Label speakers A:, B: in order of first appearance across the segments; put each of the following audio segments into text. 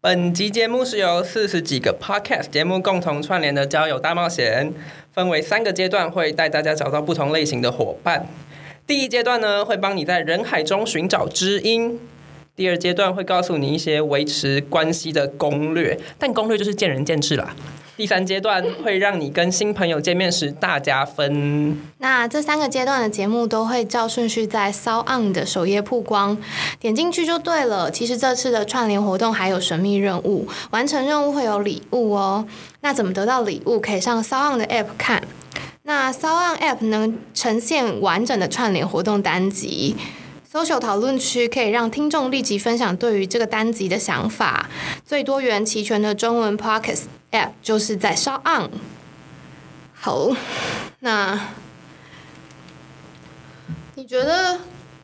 A: 本集节目是由四十几个 podcast 节目共同串联的交友大冒险，分为三个阶段，会带大家找到不同类型的伙伴。第一阶段呢，会帮你在人海中寻找知音。第二阶段会告诉你一些维持关系的攻略，但攻略就是见仁见智啦。第三阶段会让你跟新朋友见面时大加分。
B: 那这三个阶段的节目都会照顺序在 s o on 的首页曝光，点进去就对了。其实这次的串联活动还有神秘任务，完成任务会有礼物哦。那怎么得到礼物？可以上 s o on 的 App 看。那 s o on App 能呈现完整的串联活动单集。social 讨论区可以让听众立即分享对于这个单集的想法。最多元齐全的中文 Pocket App 就是在 s o on。好，那你觉得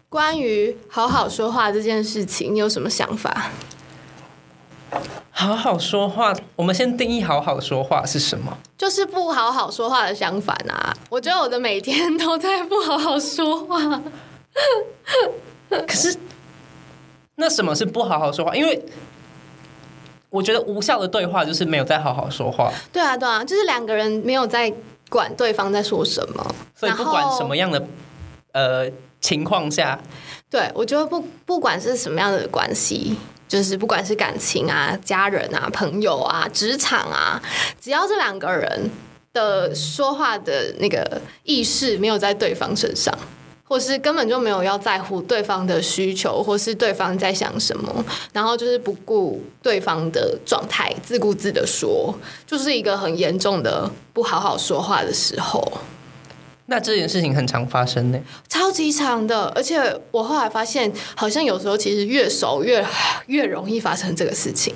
B: 关于好好说话这件事情，你有什么想法？
A: 好好说话，我们先定义好好说话是什么？
B: 就是不好好说话的相反啊！我觉得我的每天都在不好好说话。
A: 可是，那什么是不好好说话？因为我觉得无效的对话就是没有在好好说话，
B: 对啊，对啊，就是两个人没有在管对方在说什么。
A: 所以不管什么样的呃情况下，
B: 对我觉得不不管是什么样的关系，就是不管是感情啊、家人啊、朋友啊、职场啊，只要这两个人的说话的那个意识没有在对方身上。或是根本就没有要在乎对方的需求，或是对方在想什么，然后就是不顾对方的状态，自顾自的说，就是一个很严重的不好好说话的时候，
A: 那这件事情很常发生呢、
B: 超级长的。而且我后来发现，好像有时候其实越熟越 越容易发生这个事情。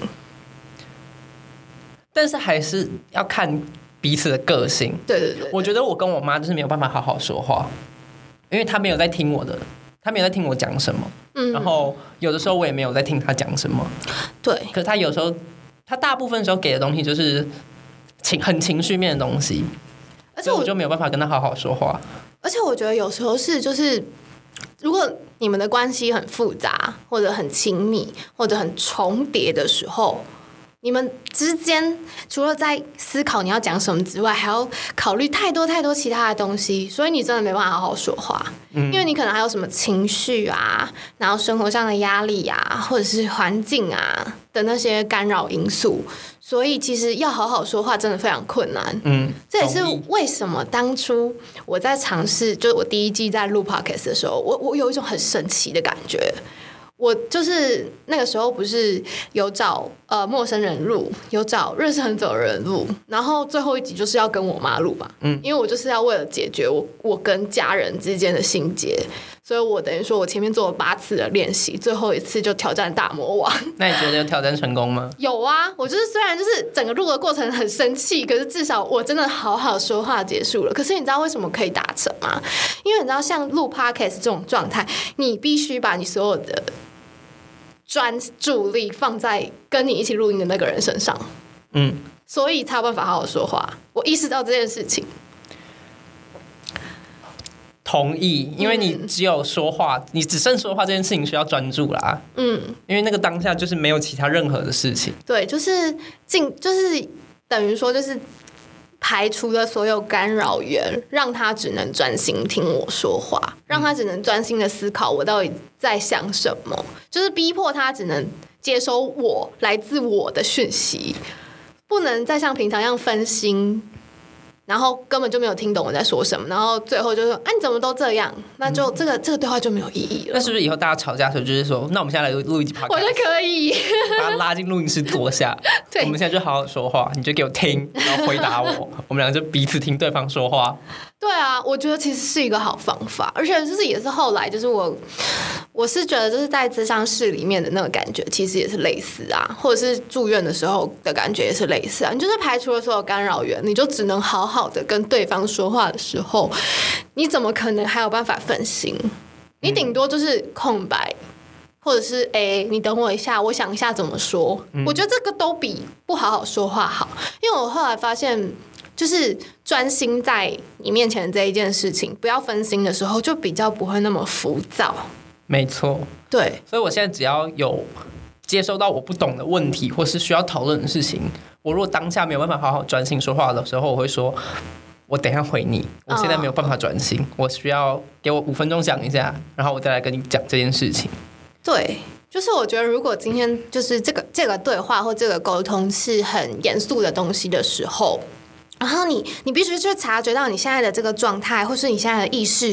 A: 但是还是要看彼此的个性。
B: 对对对，
A: 我觉得我跟我妈就是没有办法好好说话，因为她没有在听我的，她没有在听我讲什么。
B: 嗯
A: 然后有的时候我也没有在听她讲什么，
B: 对
A: 可是她有时候，她大部分时候给的东西就是情很情绪面的东西，
B: 而且
A: 所以
B: 我
A: 我就没有办法跟她好好说话。
B: 而且我觉得有时候是就是，如果你们的关系很复杂，或者很亲密，或者很重叠的时候，你们之间除了在思考你要讲什么之外，还要考虑太多太多其他的东西，所以你真的没办法好好说话，因为你可能还有什么情绪啊，然后生活上的压力啊，或者是环境啊的那些干扰因素，所以其实要好好说话真的非常困难。
A: 嗯，
B: 这也是
A: 同意
B: 为什么当初我在尝试，就是我第一季在录 podcast 的时候，我我有一种很神奇的感觉。我就是那个时候不是有找呃陌生人录，有找认识很久的人录，然后最后一集就是要跟我妈录吧，嗯，因为我就是要为了解决我我跟家人之间的心结，所以我等于说我前面做了八次的练习，最后一次就挑战大魔王。
A: 那你觉得有挑战成功吗？
B: 有啊，我就是虽然就是整个录的过程很生气，可是至少我真的好好说话结束了。可是你知道为什么可以达成吗？因为你知道像录 podcast 这种状态，你必须把你所有的专注力放在跟你一起录音的那个人身上，
A: 嗯，
B: 所以才有办法好好说话。我意识到这件事情，
A: 同意，因为你只有说话，你只剩说话这件事情需要专注啦，
B: 嗯，
A: 因为那个当下就是没有其他任何的事情。
B: 对，就是进，就是等于说就是排除了所有干扰源，让他只能专心听我说话，让他只能专心的思考我到底在想什么，就是逼迫他只能接收我来自我的讯息，不能再像平常一样分心。然后根本就没有听懂我在说什么，然后最后就说：“啊，你怎么都这样？”那就这个、这个对话就没有意义了
A: 那。是不是以后大家吵架的时候，就是说，那我们现在来录一集 p
B: 我
A: o
B: 就可以，，
A: 把他拉进录音室坐下
B: 对
A: 我们现在就好好说话，你就给我听，然后回答 我，我们俩就彼此听对方说话。
B: 对啊，我觉得其实是一个好方法，而且就是也是后来就是我，我是觉得就是在咨商室里面的那个感觉，其实也是类似啊，或者是住院的时候的感觉也是类似啊。你就是排除了所有干扰源，你就只能好好的跟对方说话的时候，你怎么可能还有办法分心？你顶多就是空白。或者是哎、你等我一下，我想一下怎么说。我觉得这个都比不好好说话好，因为我后来发现，就是专心在你面前的这一件事情，不要分心的时候，就比较不会那么浮躁。
A: 没错，
B: 对，
A: 所以我现在只要有接收到我不懂的问题或是需要讨论的事情，我如果当下没有办法好好专心说话的时候，我会说。我等一下回你，
B: 哦
A: 我现在没有办法专心我需要给我五分钟想一下，然后我再来跟你讲这件事情。
B: 对，就是我觉得如果今天就是这个这个对话或这个沟通是很严肃的东西的时候。然后你，你必须去察觉到你现在的这个状态，或是你现在的意识，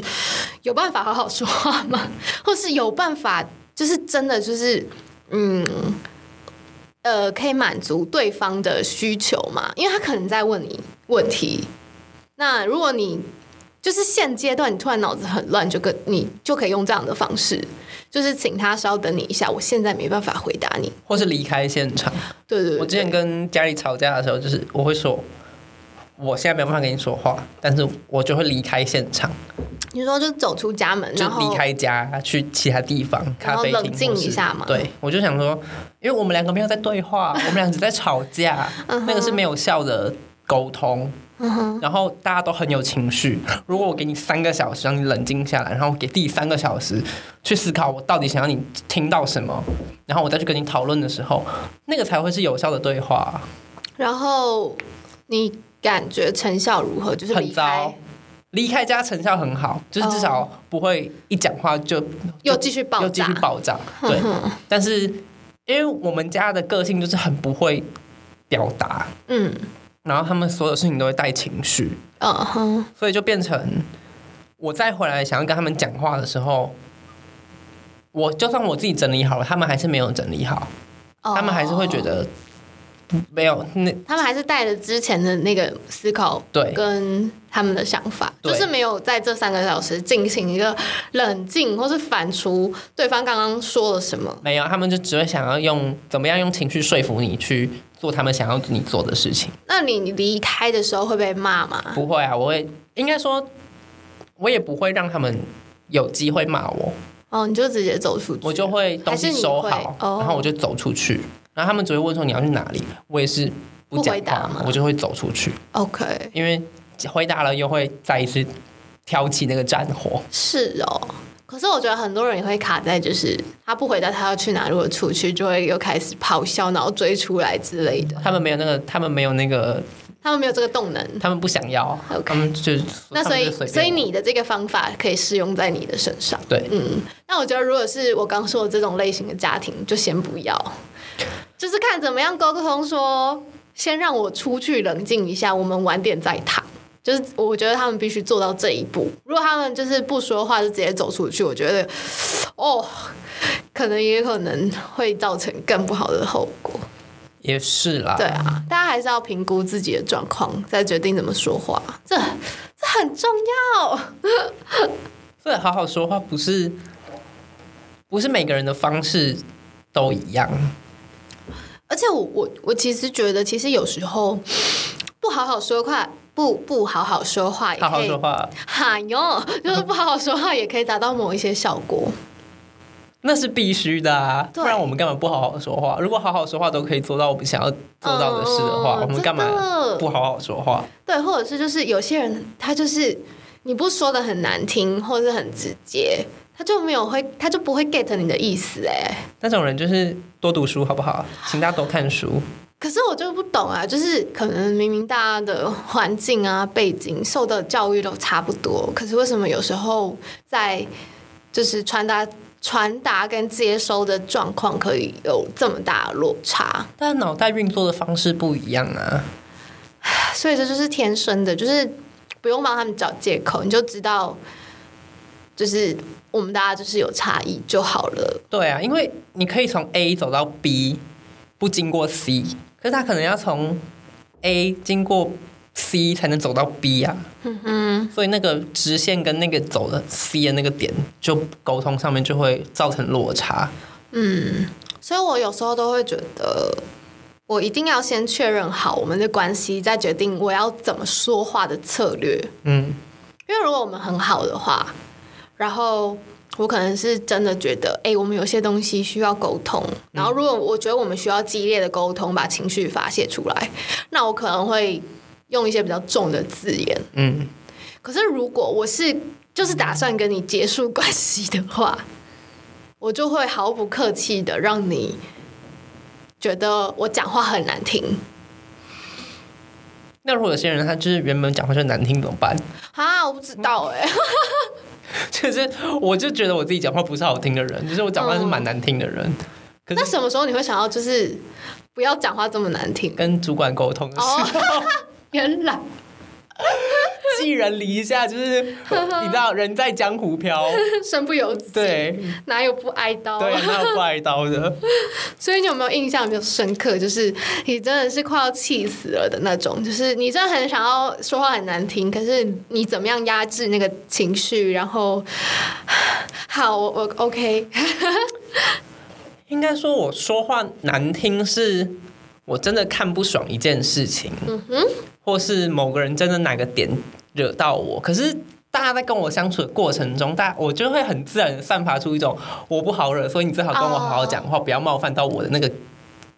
B: 有办法好好说话吗？或是有办法，就是真的，就是嗯，呃，可以满足对方的需求吗？因为他可能在问你问题，那如果你就是现阶段你突然脑子很乱，就跟你就可以用这样的方式，就是请他稍等你一下，我现在没办法回答你。
A: 或是离开现场。
B: 对对对，
A: 我之前跟家里吵架的时候，就是我会说，我现在没有办法跟你说话，但是我就会离开现场，
B: 你说就走出家门，
A: 就
B: 然后
A: 离开家去其他地方咖
B: 然后
A: 啡厅，
B: 冷静
A: 或是
B: 一下嘛
A: 对，我就想说，因为我们两个没有在对 话，我们俩只在吵架，
B: 嗯
A: 那个是没有效的沟通。然后大家都很有情绪。如果我给你三个小时让你冷静下来，然后给第三个小时去思考我到底想要你听到什么，然后我再去跟你讨论的时候，那个才会是有效的对话。
B: 然后你感觉成效如何？就是
A: 很
B: 离
A: 糟
B: 开，
A: 离开家成效很好，就是至少不会一讲话就
B: 哦又继续爆
A: 又继
B: 炸嗯
A: 续，爆炸。 对，但是因为我们家的个性就是很不会表达，
B: 嗯
A: 然后他们所有事情都会带情绪，
B: 嗯哼，
A: 所以就变成我再回来想要跟他们讲话的时候。我就算我自己整理好了，他们还是没有整理好，他们还是会觉
B: 哦，
A: 得没有那
B: 他们还是带着之前的那个思考
A: 对
B: 跟他们的想法，
A: 对
B: 就是没有在这三个小时进行一个冷静，或是反刍对方刚刚说了什么。
A: 没有，他们就只会想要用怎么样用情绪说服你去做他们想要你做的事情。
B: 那你离开的时候会被骂吗？
A: 不会啊，我会应该说，我也不会让他们有机会骂我，
B: 哦，你就直接走出去，
A: 我就会东西收
B: 还是你
A: 好
B: 会，哦
A: 然后我就走出去。然后他们只会问说你要去哪里，我也是不讲
B: 不回答
A: 话
B: 吗，
A: 我就会走出去，
B: OK，
A: 因为回答了又会再一次挑起那个战火。
B: 是哦。可是我觉得很多人也会卡在，就是他不回答他要去哪，如果出去就会又开始咆哮，然后追出来之类的。
A: 他们没有那个，他们没有那个，
B: 他们没有这个动能。
A: 他们不想要
B: 嗯 OK
A: 他们就是
B: 那
A: 他
B: 所
A: 们
B: 以
A: 就，随便
B: 所以你的这个方法可以适用在你的身上。
A: 对
B: 嗯，那我觉得如果是我刚说的这种类型的家庭，就先不要，就是看怎么样沟通说，先让我出去冷静一下，我们晚点再谈。就是我觉得他们必须做到这一步，如果他们就是不说话就直接走出去，我觉得哦，可能也可能会造成更不好的后果。
A: 也是啦，
B: 对啊，大家还是要评估自己的状况，再决定怎么说话，这这很重要。
A: 所以好好说话不是不是每个人的方式都一样，
B: 而且我我我其实觉得，其实有时候不好好说话，不不好好说话也
A: 好好
B: 哎可以
A: 说，话
B: 哈哟，就是不好好说话也可以达到某一些效果。
A: 那是必须的啊，
B: 对
A: 不然我们干嘛不好好说话？如果好好说话都可以做到我们想要 做到的事的话，
B: 嗯
A: 我们干
B: 真
A: 嘛
B: 的
A: 不好好说话？
B: 对，或者是就是有些人他就是你不说的很难听，或者是很直接，他就没有会，他就不会 get 你的意思哎、
A: 那种人就是多读书好不好？请大家多看书。
B: 可是我就不懂啊，就是可能明明大家的环境啊、背景、受的教育都差不多，可是为什么有时候在就是传达、传达跟接收的状况可以有这么大的落差？
A: 但脑袋运作的方式不一样啊，
B: 所以这就是天生的，就是不用帮他们找借口，你就知道，就是我们大家就是有差异就好了。
A: 对啊，因为你可以从 A 走到 B，不经过 C，可是他可能要从 A 经过 C 才能走到 B 啊。嗯所以那个直线跟那个走的 C 的那个点，就沟通上面就会造成落差。
B: 所以我有时候都会觉得，我一定要先确认好我们的关系，再决定我要怎么说话的策略。
A: 嗯，
B: 因为如果我们很好的话，然后我可能是真的觉得，哎、我们有些东西需要沟通。然后如果我觉得我们需要激烈的沟通，把情绪发泄出来，那我可能会用一些比较重的字眼。
A: 嗯，
B: 可是如果我是就是打算跟你结束关系的话，我就会毫不客气的让你觉得我讲话很难听
A: 那如果有些人他就是原本讲话就难听怎么办？
B: 啊，我不知道哎、
A: 就是我就觉得我自己讲话不是好听的人，就是我讲话是蛮难听的人。可
B: 那
A: 是
B: 什么时候你会想要就是不要讲话这么难 听？
A: 跟主管沟通的时候，
B: 原 来
A: 寄人篱下，就是你知道人在江湖飘，
B: 身不由己，
A: 对
B: 哪有不挨刀
A: 对
B: 啊？，
A: 那有不挨刀的。
B: 所以你有没有印象比较深刻？就是你真的是快要气死了的那种，就是你真的很想要说话很难听，可是你怎么样压制那个情绪？然后， 好，我我 OK，
A: 应该说我说话难听是。我真的看不爽一件事情，
B: 嗯哼，
A: 或是某个人真的哪个点惹到我，可是大家在跟我相处的过程中，大我就会很自然的散发出一种我不好惹，所以你最好跟我好好讲
B: 哦
A: 话不要冒犯到我的那个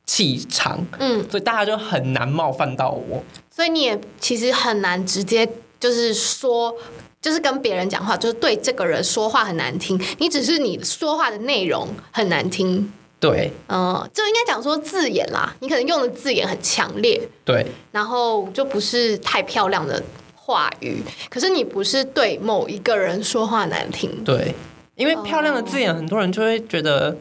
A: 气场，
B: 嗯，
A: 所以大家就很难冒犯到我。
B: 所以你也其实很难直接就是说。就是跟别人讲话，就是对这个人说话很难听。你只是你说话的内容很难听，
A: 对
B: 嗯、就应该讲说字眼啦。你可能用的字眼很强烈，
A: 对，
B: 然后就不是太漂亮的话语，可是你不是对某一个人说话难听，
A: 对，因为漂亮的字
B: 哦
A: 眼，很多人就会觉得，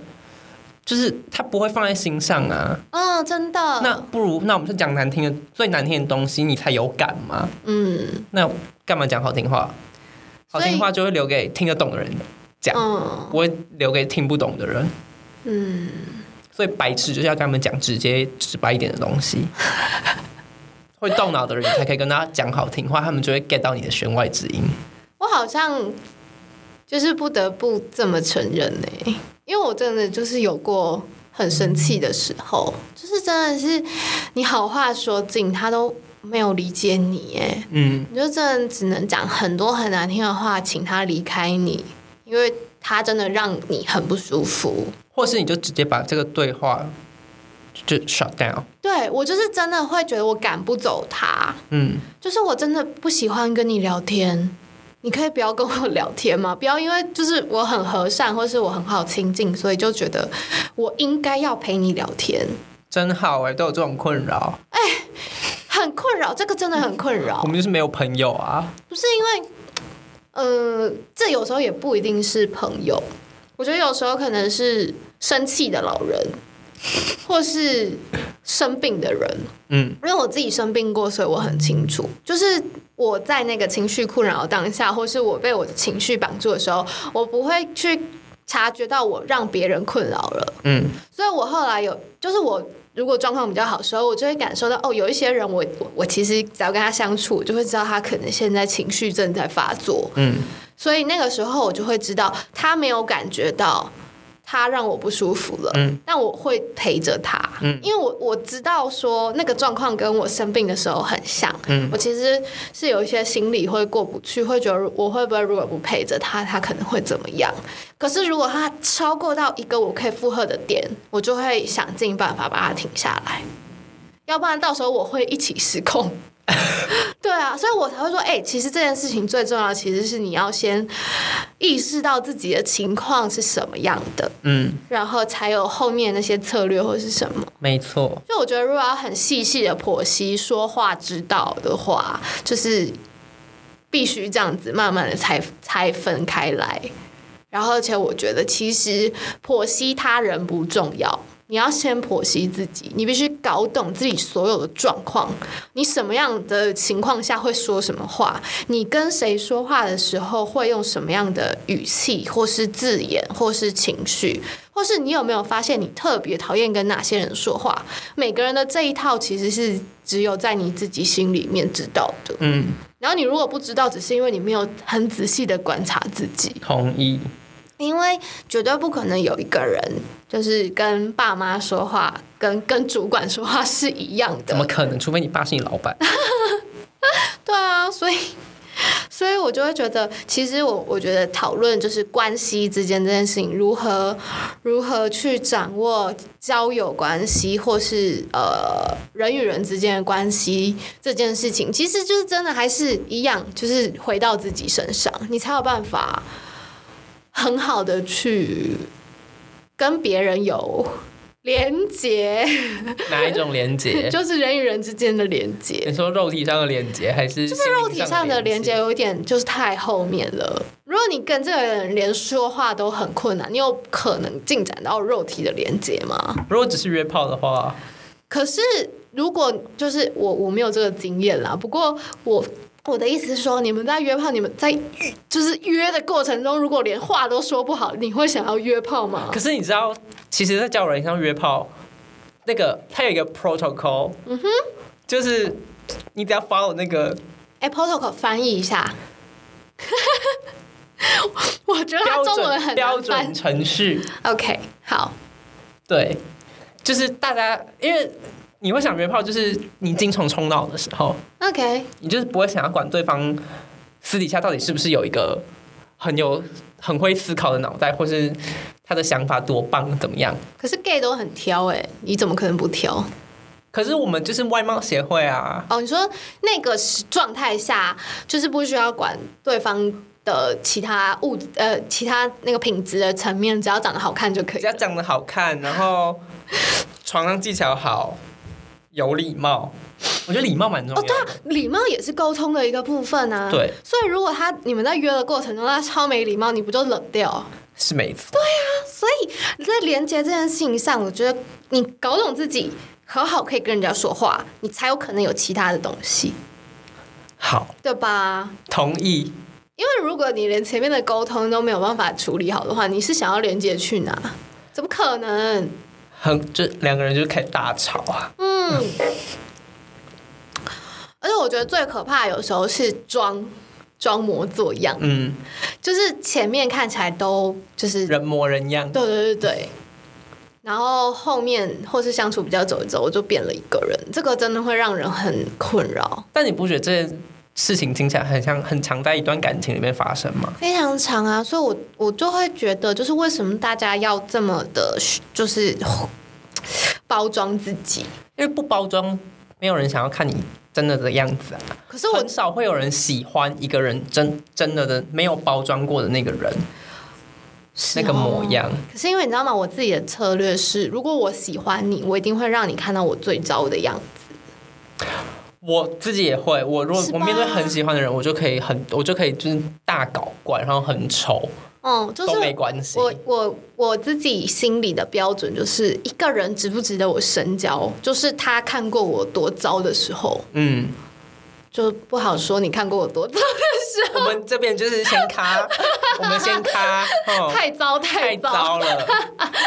A: 就是他不会放在心上啊。
B: 嗯，真的，
A: 那不如，那我们就讲难听的，最难听的东西，你才有感嘛。
B: 嗯
A: 那干嘛讲好听话？好
B: 所以
A: 听话就会留给听得懂的人讲，
B: 嗯
A: 不会留给听不懂的人。
B: 嗯，
A: 所以白痴就是要跟他们讲直接直白一点的东西。会动脑的人，你才可以跟他讲好听话，他们就会 get 到你的弦外之音。
B: 我好像就是不得不这么承认呢、因为我真的就是有过很生气的时候，就是真的是你好话说尽，他都没有理解你、哎，
A: 嗯，
B: 你就真的只能讲很多很难听的话，请他离开你，因为他真的让你很不舒服。
A: 或是你就直接把这个对话就 shut down。
B: 对我就是真的会觉得我赶不走他，
A: 嗯，
B: 就是我真的不喜欢跟你聊天。你可以不要跟我聊天吗？不要因为就是我很和善，或是我很好亲近，所以就觉得我应该要陪你聊天，
A: 真好哎、都有这种困扰。
B: 很困扰。这个真的很困扰
A: 我，们就是没有朋友啊。
B: 不是因为，呃，这有时候也不一定是朋友，我觉得有时候可能是生气的老人，或是生病的人，
A: 嗯，
B: 因为我自己生病过，所以我很清楚，就是我在那个情绪困扰当下，或是我被我的情绪绑住的时候，我不会去察觉到我让别人困扰了。
A: 嗯，
B: 所以我后来有，就是我如果状况比较好的时候，我就会感受到，哦，有一些人我，我我其实只要跟他相处，我就会知道他可能现在情绪正在发作。
A: 嗯，
B: 所以那个时候我就会知道他没有感觉到。他让我不舒服了，
A: 嗯
B: 但我会陪着他，
A: 嗯
B: 因为我我知道说那个状况跟我生病的时候很像，
A: 嗯
B: 我其实是有一些心理会过不去，会觉得我会不会如果不陪着他，他可能会怎么样？可是如果他超过到一个我可以负荷的点，我就会想尽办法把他停下来，要不然到时候我会一起失控。对啊，所以我才会说，哎、其实这件事情最重要，其实是你要先意识到自己的情况是什么样的，
A: 嗯，
B: 然后才有后面那些策略或是什么。
A: 没错。
B: 就我觉得，如果要很细细的剖析说话之道的话，就是必须这样子慢慢的拆拆分开来。然后，而且我觉得，其实剖析他人不重要，你要先剖析自己，你必须搞懂自己所有的状况，你什么样的情况下会说什么话，你跟谁说话的时候会用什么样的语气，或是字眼，或是情绪，或是你有没有发现你特别讨厌跟哪些人说话？每个人的这一套其实是只有在你自己心里面知道的。
A: 嗯，
B: 然后你如果不知道，只是因为你没有很仔细的观察自己，
A: 同意。
B: 因为绝对不可能有一个人就是跟爸妈说话，跟跟主管说话是一样
A: 怎么
B: 的。
A: 可能？除非你爸是你老 板。
B: 对啊，所以。 所以我就会觉得，其实我我觉得讨论就是关系之间这件事情，如何如何去掌握交友关系，或是呃人与人之间的关系这件事情，其实就是真的还是一样，就是回到自己身上，你才有办法很好的去跟别人有连接，
A: 哪一种连接？
B: 就是人与人之间的连接
A: 你。说肉体上的连接，还是就是
B: 这肉体上的连接？有一点就是太后面了。如果你跟这个人连说话都很困难，你有可能进展到肉体的连接吗？
A: 如果只是约炮的话，
B: 可是如果就是我我没有这个经验啦，不过我。我的意思是说，你们在约炮，你们在就是约的过程中，如果连话都说不好，你会想要约炮吗
A: 可？是你知道，其实，在交友软件上约炮，那个它有一个 protocol，嗯哼，就是你只要 follow 那 个
B: 哎、p r o t o c o l 翻译一下。 我觉得他
A: 标
B: 中文
A: 准
B: 很
A: 标
B: 难翻
A: 准。程序，
B: OK，好，
A: 对，就是大家因为你会想约炮，就是你精虫充脑的时候，
B: OK，
A: 你就是不会想要管对方私底下到底是不是有一个很有很会思考的脑袋，或是他的想法多棒怎么样。
B: 可是 gay 都很挑哎、你怎么可能不挑？
A: 可是我们就是外貌协会啊，
B: 哦，你说那个时状态下，就是不需要管对方的其他物呃其他那个品质的层面，只要长得好看就可以
A: 只要
B: 了。
A: 长得好看，然后床上技巧好，有礼貌，我觉得礼貌蛮重要
B: 哦，
A: 的。
B: 对啊，礼貌也是沟通的一个部分啊。
A: 对，
B: 所以如果他你们在约的过程中，他超没礼貌，你不就冷掉？
A: 是没错。
B: 所以在连接这件事情上，我觉得你搞懂自己，好好可以跟人家说话，你才有可能有其他的东西，
A: 好，
B: 对吧？
A: 同意。
B: 因为如果你连前面的沟通都没有办法处理好的话，你是想要连接去哪？怎么可能？
A: 很，就两个人就开始大吵啊！
B: 嗯。而且我觉得最可怕有时候是装装模作样，
A: 嗯，
B: 就是前面看起来都就是
A: 人模人样。
B: 对对对对，然后后面或是相处比较久一久，我就变了一个人，这个真的会让人很困扰，
A: 但你不觉得这件事情听起来很像很常在一段感情里面发生吗？
B: 非常长啊，所以我我就会觉得，就是为什么大家要这么的，就是包装自己？
A: 因为不包装，没有人想要看你真的的样子啊。
B: 可是我
A: 很少会有人喜欢一个人真真的的没有包装过的那个人，
B: 啊
A: 那个模样。
B: 可是因为你知道吗？我自己的策略是，如果我喜欢你，我一定会让你看到我最糟的样子。
A: 我自己也会，我如果
B: 是吧
A: 我面对很喜欢的人，我就可以很，我就可以就是大搞怪，然后很丑
B: 嗯，就是
A: 都没关系。
B: 我我我自己心里的标准就是一个人值不值得我深交，就是他看过我多糟的时候，
A: 嗯，
B: 就不好说你看过我多糟，
A: 我们这边就是先 咔，我们先咔，哦，
B: 太糟
A: 太
B: 太糟。
A: 糟了，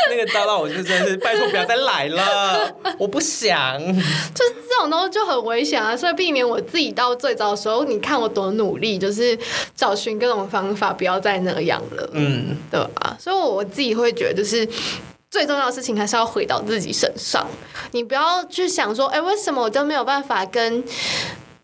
A: 那个糟到我就真的是拜托不要再来了，我不想。
B: 就是这种东西就很危险啊，所以避免我自己到最糟的时候，你看我多努力，就是找寻各种方法，不要再那样了，
A: 嗯，
B: 对吧？所以我自己会觉得，就是最重要的事情还是要回到自己身上，你不要去想说，哎、为什么我都没有办法跟。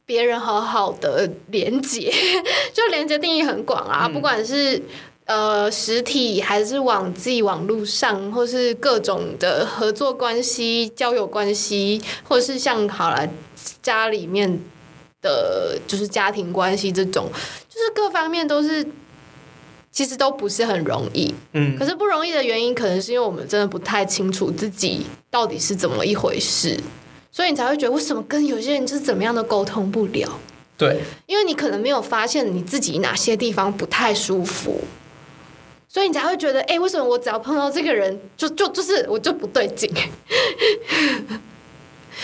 B: 别人好好的连接， 就连接定义很广啊，不管是呃实体还是网际网络上，或是各种的合作关系、交友关系，或是像好了家里面的就是家庭关系这种，就是各方面都是。其实都不是很容易，
A: 嗯
B: 可是不容易的原因，可能是因为我们真的不太清楚自己到底是怎么一回事，所以你才会觉得为什么跟有些人就是怎么样都沟通不了。
A: 对，
B: 因为你可能没有发现你自己哪些地方不太舒服，所以你才会觉得，哎、为什么我只要碰到这个人，就就就是我就不对劲？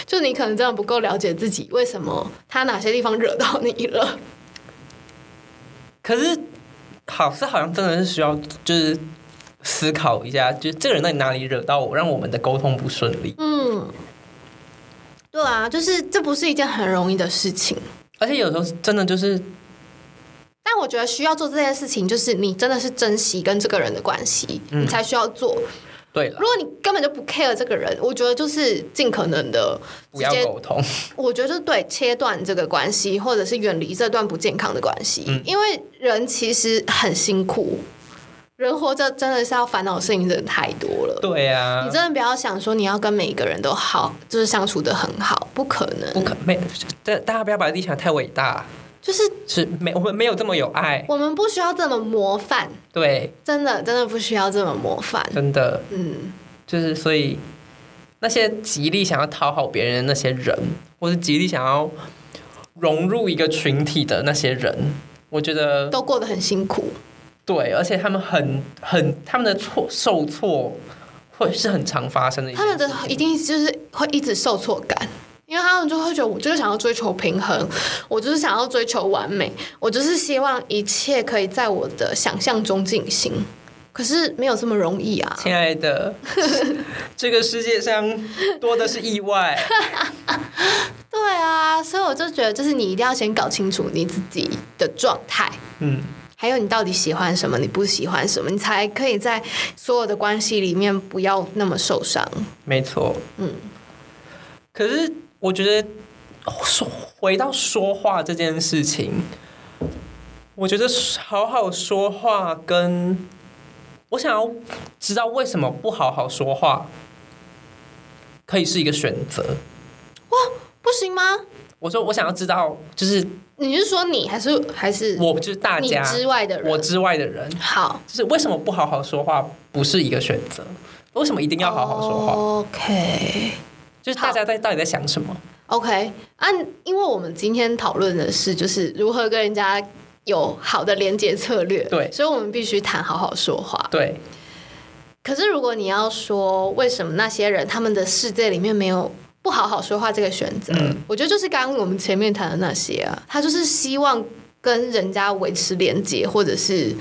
B: 就你可能真的不够了解自己，为什么他哪些地方惹到你了？
A: 可是好是好像真的是需要就是思考一下，就是这个人到底哪里惹到我，让我们的沟通不顺利。
B: 嗯，对啊，就是这不是一件很容易的事情，
A: 而且有时候真的就是
B: 但我觉得需要做这件事情，就是你真的是珍惜跟这个人的关系，
A: 嗯
B: 你才需要做。
A: 对了
B: 如，果你根本就不 care 这个人，我觉得就是尽可能的
A: 不
B: 直
A: 要
B: 接
A: 沟通。
B: 我觉得就对切断这个关系，或者是远离这段不健康的关系，
A: 嗯
B: 因为人其实很辛苦，人活着真的是要烦恼的事情真的太多了。
A: 对啊
B: 你，真的不要想说你要跟每一个人都好，就是相处的很好，不可能。
A: 不可没，大大家不要把自己想得太伟大，
B: 就是
A: 是没我们没有这么有爱。
B: 我们不需要这么模范，
A: 对，
B: 真的真的不需要这么模范。
A: 真的
B: 嗯，
A: 就是所以那些极力想要讨好别人的那些人，或是极力想要融入一个群体的那些人，我觉得
B: 都过得很辛苦。
A: 对，而且他们很很他们的错受挫，会是很常发生的一件
B: 他
A: 事。
B: 们的一定就是会一直受挫感，因为他们就会觉得我就是想要追求平衡，我就是想要追求完美，我就是希望一切可以在我的想象中进行。可是没有这么容易啊！
A: 亲爱 的，这个世界上多的是意 外。
B: 对啊，所以我就觉得，就是你一定要先搞清楚你自己的状态，
A: 嗯，
B: 还有你到底喜欢什么，你不喜欢什么，你才可以在所有的关系里面不要那么受伤。
A: 没错。
B: 嗯，
A: 可是我觉得说回到说话这件事情，我觉得好好说话跟我想要知道为什么不好好说话，可以是一个选择。
B: 不行吗？
A: 我说我想要知道，就是
B: 你是说你还是还是
A: 我就是大
B: 你
A: 家
B: 之外的人？
A: 我之外的人，
B: 好，
A: 就是为什么不好好说话不是一个选择？为什么一定要好好说
B: 哦
A: 话？
B: OK。
A: 就是大家在到底在想什么？
B: OK，啊，因为我们今天讨论的是就是如何跟人家有好的连接策略，
A: 对
B: 所以我们必须谈好好说话。
A: 对，
B: 可是如果你要说为什么那些人他们的世界里面没有不好好说话这个选择，
A: 嗯
B: 我觉得就是刚刚我们前面谈的那些啊，他就是希望跟人家维持连接，或者是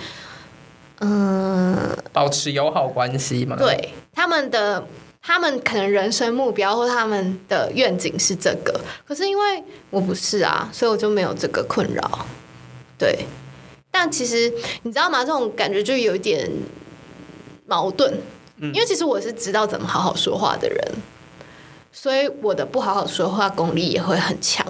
B: 嗯、
A: 保持友好关系嘛。，
B: 对他们的他们可能人生目标或他们的愿景是这个，可是因为我不是啊，所以我就没有这个困扰。对，但其实你知道吗？这种感觉就有一点矛盾，因为其实我是知道怎么好好说话的人。所以我的不好好说话功力也会很强，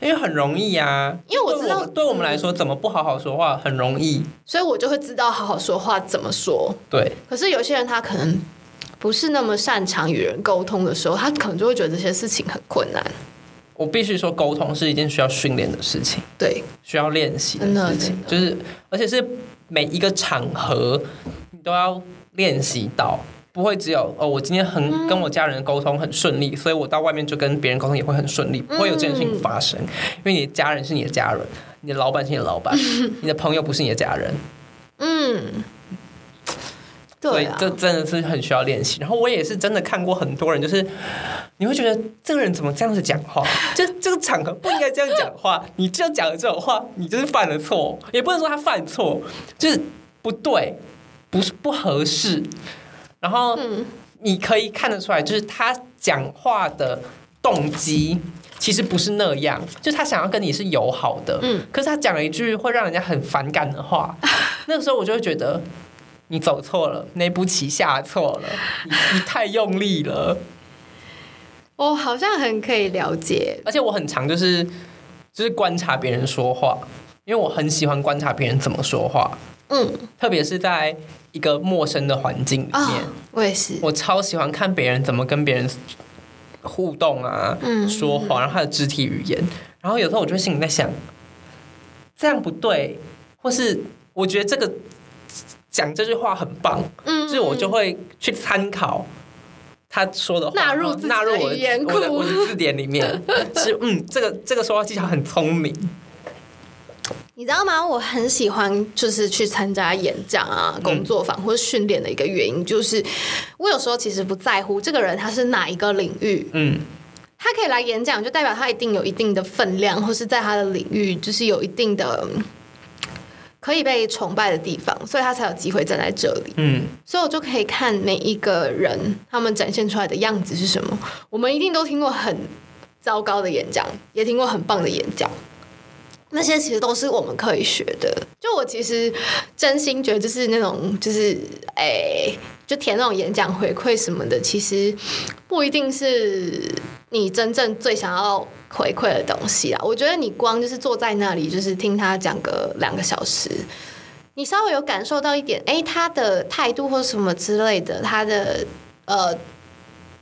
A: 因为很容易啊。
B: 因为我知道嗯
A: 对对我们来说，怎么不好好说话很容易。
B: 所以我就会知道好好说话怎么说。
A: 对，
B: 可是有些人他可能不是那么擅长与人沟通的时候，他可能就会觉得这些事情很困难。
A: 我必须说，沟通是一件需要训练的事情，
B: 对，
A: 需要练习的
B: 真的
A: 事情，
B: 真的
A: 就是而且是每一个场合你都要练习到。不会只有哦，我今天
B: 嗯
A: 很跟我家人沟通很顺利，所以我到外面就跟别人沟通也会很顺利，
B: 嗯
A: 不会有这件事情发生。因为你的家人是你的家人，你的老板是你的老 板，你的朋友不是你的家人，
B: 嗯，
A: 所
B: 对
A: 以
B: 啊，
A: 这真的是很需要练习。然后我也是真的看过很多人，就是你会觉得这个人怎么这样子讲 话？这这个场合不应该这样讲话，你这样讲的这种话，你就是犯了错。也不能说他犯错，就是不对，不是不合适。然后
B: 嗯
A: 你可以看得出来，就是他讲话的动机。其实不是那样，就是他想要跟你是友好的，
B: 嗯
A: 可是他讲了一句会让人家很反感的 话，那个时候我就会觉得你走错了，那步棋下错了，你你太用力了。
B: 我好像很可以了解，
A: 而且我很常就是就是观察别人说话，因为我很喜欢观察别人怎么说话，
B: 嗯
A: 特别是在一个陌生的环境里面，
B: 啊、我也是，
A: 我超喜欢看别人怎么跟别人互动啊，
B: 嗯
A: 说话，然后他的肢体语言，然后有时候我就会心里在想，这样不对，或是我觉得这个讲这句话很棒，
B: 嗯，
A: 所以我就会去参考他说的话，
B: 纳入
A: 然后
B: 自己的
A: 纳入我
B: 语言库
A: 我的我的字典里 面。是嗯，这个这个说话技巧很聪明，
B: 你知道吗？我很喜欢就是去参加演讲啊、
A: 嗯
B: 工作坊或者训练的一个原因，就是我有时候其实不在乎这个人他是哪一个领域，
A: 嗯，
B: 他可以来演讲，就代表他一定有一定的分量，或是在他的领域就是有一定的嗯可以被崇拜的地方，所以他才有机会站在这里。
A: 嗯，
B: 所以我就可以看每一个人他们展现出来的样子是什么。我们一定都听过很糟糕的演讲，也听过很棒的演讲，那些其实都是我们可以学的。就我其实真心觉得，就是那种就是哎、就填那种演讲回馈什么的，其实不一定是。你真正最想要回馈的东西啊，我觉得你光就是坐在那里，就是听他讲个两个小时，你稍微有感受到一点，哎、他的态度或什么之类的，他的呃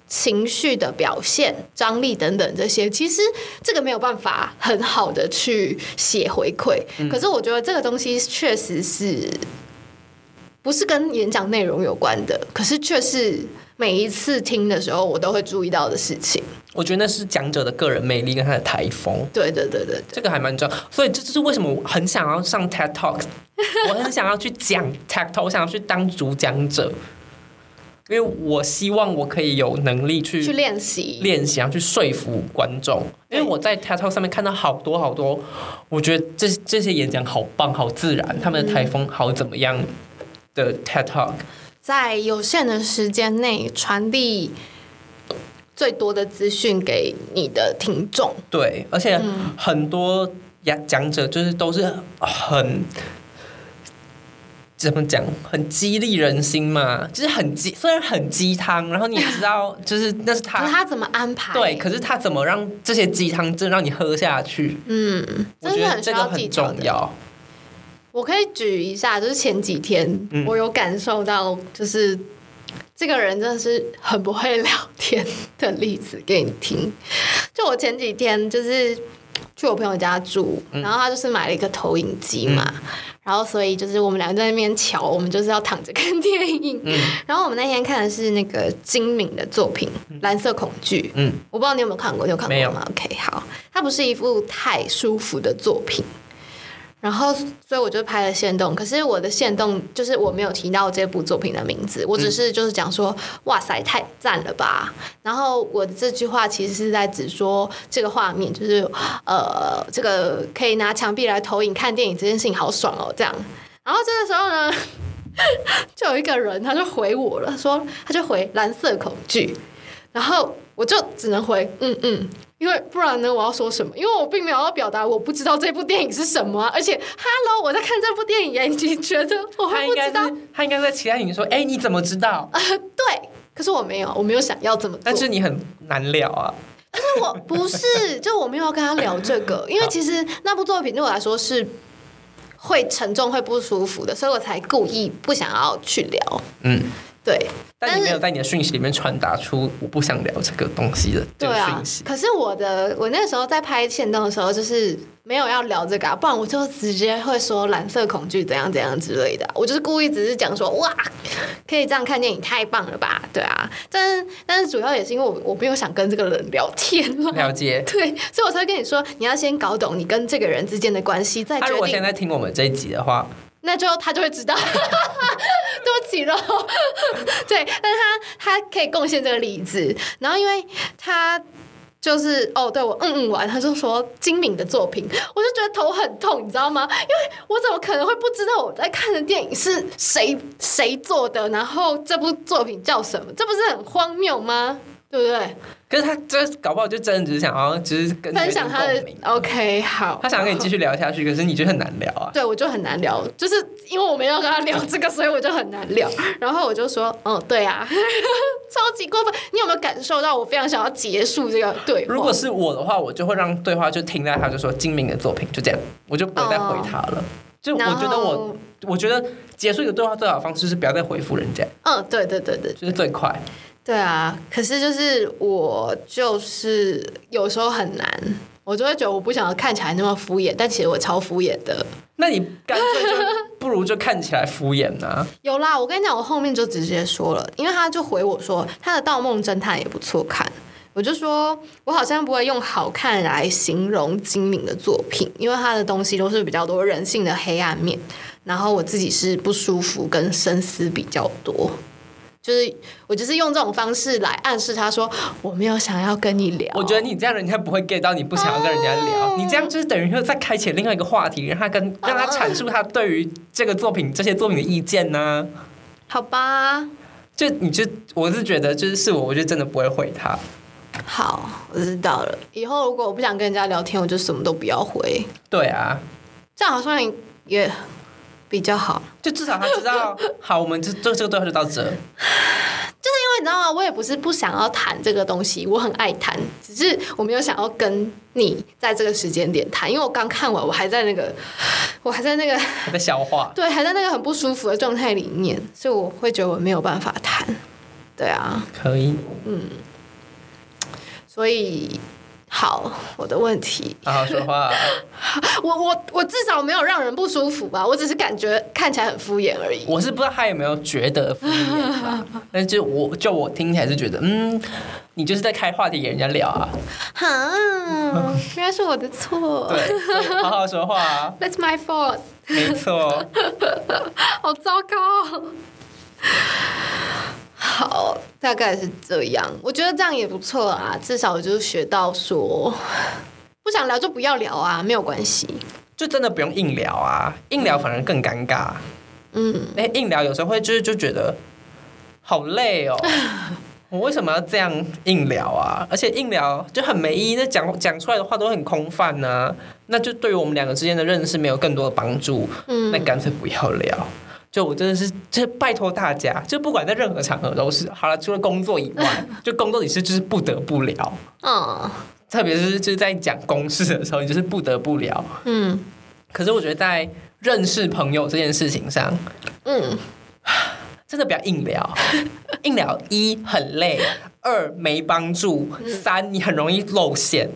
B: 情绪的表现、张力等等这些，其实这个没有办法很好的去写回馈。可是我觉得这个东西确实是不是跟演讲内容有关的，可是却是每一次听的时候我都会注意到的事情。
A: 我觉得那是讲者的个人魅力跟他的台风。
B: 对对对对对，
A: 这个还蛮重要，所以这就是为什么我很想要上 TED Talk，我很想要去讲 TED Talk，我想要去当主讲者，因为我希望我可以有能力
B: 去
A: 去
B: 练习。
A: 练习，然后去说服观众。因为我在 TED Talk 上面看到好多好多，我觉得这这些演讲好棒、好自然，他们的台风好怎么样的 TED Talk，
B: 在有限的时间内传递最多的资讯给你的听众。
A: 对，而且
B: 嗯
A: 很多讲讲者就是都是很。怎么讲？很激励人心嘛，就是很鸡，虽然很鸡汤，然后你也知 道，就是那是
B: 可是
A: 他
B: 他怎么安排？
A: 对，可是他怎么让这些鸡汤真让你喝下去？
B: 嗯，
A: 我
B: 真
A: 觉
B: 的
A: 得
B: 很需
A: 这个
B: 要
A: 很
B: 技巧
A: 重
B: 的。
A: 要。
B: 我可以举一下，就是前几天、
A: 嗯
B: 我有感受到，就是这个人真的是很不会聊天的例子给你听。就我前几天就是去我朋友家住，
A: 嗯
B: 然后他就是买了一个投影机嘛，然后所以就是我们两个在那边瞧，我们就是要躺着 看电影。
A: 嗯
B: 然后我们那天看的是那个金敏的作品《蓝色恐惧》，
A: 嗯，
B: 我不知道你有没有看过，你有看
A: 没有
B: 过吗？OK，好，它不是一幅太舒服的作品。然后，所以我就拍了线动。可是我的线动就是我没有提到这部作品的名字，我
A: 嗯
B: 只是就是讲说，哇塞，太赞了吧！然后我的这句话其实是在指说这个画面，就是呃，这个可以拿墙壁来投影看电影这件事情好爽哦，这样。然后这个时候呢， 就有一个人他就回我了，说他就回蓝色恐惧，然后我就只能回嗯嗯，因为不然呢我要说什么？因为我并没有要表达我不知道这部电影是什么啊、而且 Hello 我在看这部电影耶，你觉得我
A: 他
B: 会
A: 应
B: 不
A: 该是
B: 知道？哦
A: 他应该在期待你说，哎、你怎么知道？
B: 对，可是我没有，我没有想要这么做。
A: 但是你很难聊啊。
B: 但我不是，就我没有要跟他聊这个，因为其实那部作品对我来说是会沉重、会不舒服的，所以我才故意不想要去聊。
A: 嗯，
B: 对，
A: 但
B: 但
A: 你
B: 是
A: 没有在你的讯息里面传达出我不想聊这个东西的这
B: 对
A: 个
B: 啊
A: 讯息。。
B: 可是我的我那时候在拍线动的时候，就是没有要聊这个、啊，不然我就直接会说蓝色恐惧怎样怎样之类的啊、我就是故意只是讲说哇，可以这样看电影，太棒了吧？对啊，但是但是主要也是因为我我没有想跟这个人聊天了。
A: 了解。
B: 对，所以我才会跟你说，你要先搞懂你跟这个人之间的关系，再
A: 他如
B: 决
A: 果
B: 定
A: 现。在听我们这一集的话，
B: 那就他就会知道， 对不起喽。 对，但是他他可以贡献这个例子，然后因为他。就是哦，对我嗯嗯完，他就说精明的作品，我就觉得头很痛，你知道吗？因为我怎么可能会不知道我在看的电影是谁谁做的，然后这部作品叫什么？这不是很荒谬吗？对不对？
A: 可是他这搞不好就真的只是想要，只是跟你有
B: 分
A: 一点
B: 享他的
A: 共鸣
B: OK 好，
A: 他想要跟你继续聊下去，可是你就很难聊啊。
B: 对，我就很难聊，就是因为我们要跟他聊这个，所以我就很难聊。然后我就说，嗯，对啊， 超级过分。你有没有感受到我非常想要结束这个对话？
A: 如果是我的话，我就会让对话就停在他就说精明的作品，就这样，我就不会再回他了。就我
B: 哦然后
A: 觉得我，我觉得结束一个对话最好的方式是不要再回复人家，
B: 嗯，对对对对
A: 就是最快。
B: 对啊。可是就是我就是有时候很难，我就会觉得我不想要看起来那么敷衍，但其实我超敷衍的。
A: 那你干脆就不如就看起来敷衍啊。
B: 有啦，我跟你讲，我后面就直接说了，因为他就回我说他的《盗梦侦探》也不错看，我就说我好像不会用好看来形容精明的作品，因为他的东西都是比较多人性的黑暗面，然后我自己是不舒服跟深思比较多。就是我就是用这种方式来暗示他说我没有想要跟你聊，
A: 我觉得你这样人家不会 get 到你不想要跟人家聊，你这样就是等于又在开启另外一个话题，让他跟让他阐述他对于这个作品、这些作品的意见呢、
B: 好吧，
A: 就你就我是觉得就是是我，我就真的不会回他。
B: 好，我知道了。以后如果我不想跟人家聊天，我就什么都不要回，
A: 对啊，
B: 这样好像也比较好。
A: 就至少他知道，好，我们就就这个对话就到这。
B: 因为你知道吗？我也不是不想要谈这个东西，我很爱谈，只是我没有想要跟你在这个时间点谈，因为我刚看完，我还在那个，我还在那个，。
A: 他在消化
B: 对，还在那个很不舒服的状态里面，所以我会觉得我没有办法谈。对啊，
A: 可以，
B: 所以好，我的问题，
A: 好好说话。
B: 我我我至少没有让人不舒服吧，我只是感觉看起来很敷衍而已。
A: 我是不知道他有没有觉得敷衍吧，但就我就我听起来是觉得，嗯，你就是在开话题给人家聊啊，
B: 哈，原来是我的 错
A: 对，好好说话啊，
B: ，That's my fault，
A: 没错，
B: 好糟糕哦。好，大概是这样。我觉得这样也不错啊，至少我就是学到说，不想聊就不要聊啊，没有关系。
A: 就真的不用硬聊啊，硬聊反而更尴尬。
B: 嗯，
A: 哎，硬聊有时候会就是就觉得好累 哦。我为什么要这样硬聊啊？而且硬聊就很没意义，那讲讲出来的话都很空泛呢、那就对于我们两个之间的认识没有更多的帮助。
B: 嗯
A: 那干脆不要聊。就我真的是，就是拜托大家，就不管在任何场合都是。好了，除了工作以外，就工作也是，就是不得不聊。
B: 嗯
A: 特别是就是在讲公事的时候，你就是不得不聊。
B: 嗯
A: 可是我觉得在认识朋友这件事情上，
B: 嗯，
A: 真的不要硬聊，硬聊一很累，二没帮助，
B: 嗯
A: 三你很容易露馅，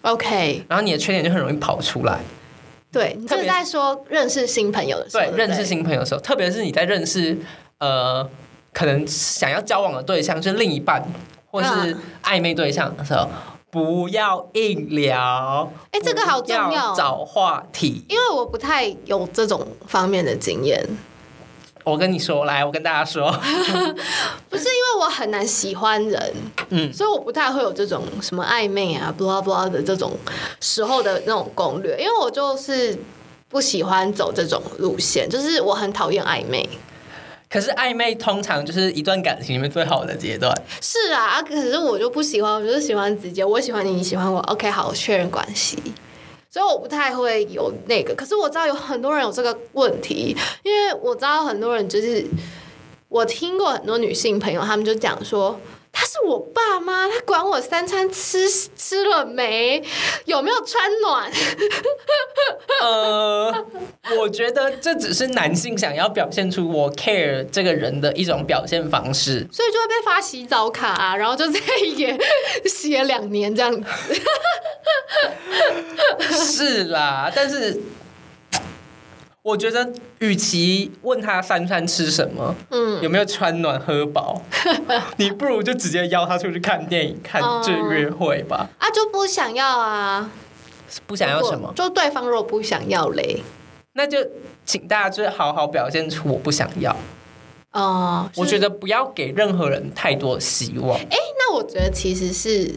B: OK，
A: 然后你的缺点就很容易跑出来。
B: 对，你
A: 嗯特
B: 就
A: 别
B: 是在说认识新朋友的时候，
A: 对，
B: 不
A: 认识新朋友的时候，特别是你在认识呃，可能想要交往的对象，就是另一半或是
B: 嗯
A: 暧昧对象的时候，不要硬聊。
B: 哎这个好
A: 不
B: 重要
A: 找话题。
B: 因为我不太有这种方面的经验，
A: 我跟你说，来，我跟大家说，
B: 不是因为我很难喜欢人，
A: 嗯
B: 嗯，所以我不太会有这种什么暧昧啊、blah blah 的这种时候的那种攻略，因为我就是不喜欢走这种路线，就是我很讨厌暧昧。
A: 可是暧昧通常就是一段感情里面最好的阶段。
B: 是啊，啊可是我就不喜欢，我就是喜欢直接，我喜欢你，你喜欢我，OK，好，确认关系。所以我不太会有那个，可是我知道有很多人有这个问题，因为我知道很多人就是我听过很多女性朋友，她们就讲说。他是我爸妈，他管我三餐吃吃了没，有没有穿暖，
A: 呃，我觉得这只是男性想要表现出我 care 这个人的一种表现方式。
B: 所以就会被发洗澡卡、啊，然后就再也 洗了两年这样子。
A: 是啦，但是我觉得，与其问他三餐吃什么，
B: 嗯，
A: 有没有穿暖喝 饱，你不如就直接邀他出去看电影、看
B: 哦
A: 这约会吧。
B: 啊就不想要啊，
A: 不想要什么，
B: 就对方如果不想要嘞，
A: 那就请大家就是好好表现出我不想要。
B: 哦、
A: 我觉
B: 得，
A: 得不要给任何人太多希望。
B: 哎、那我觉得其实是，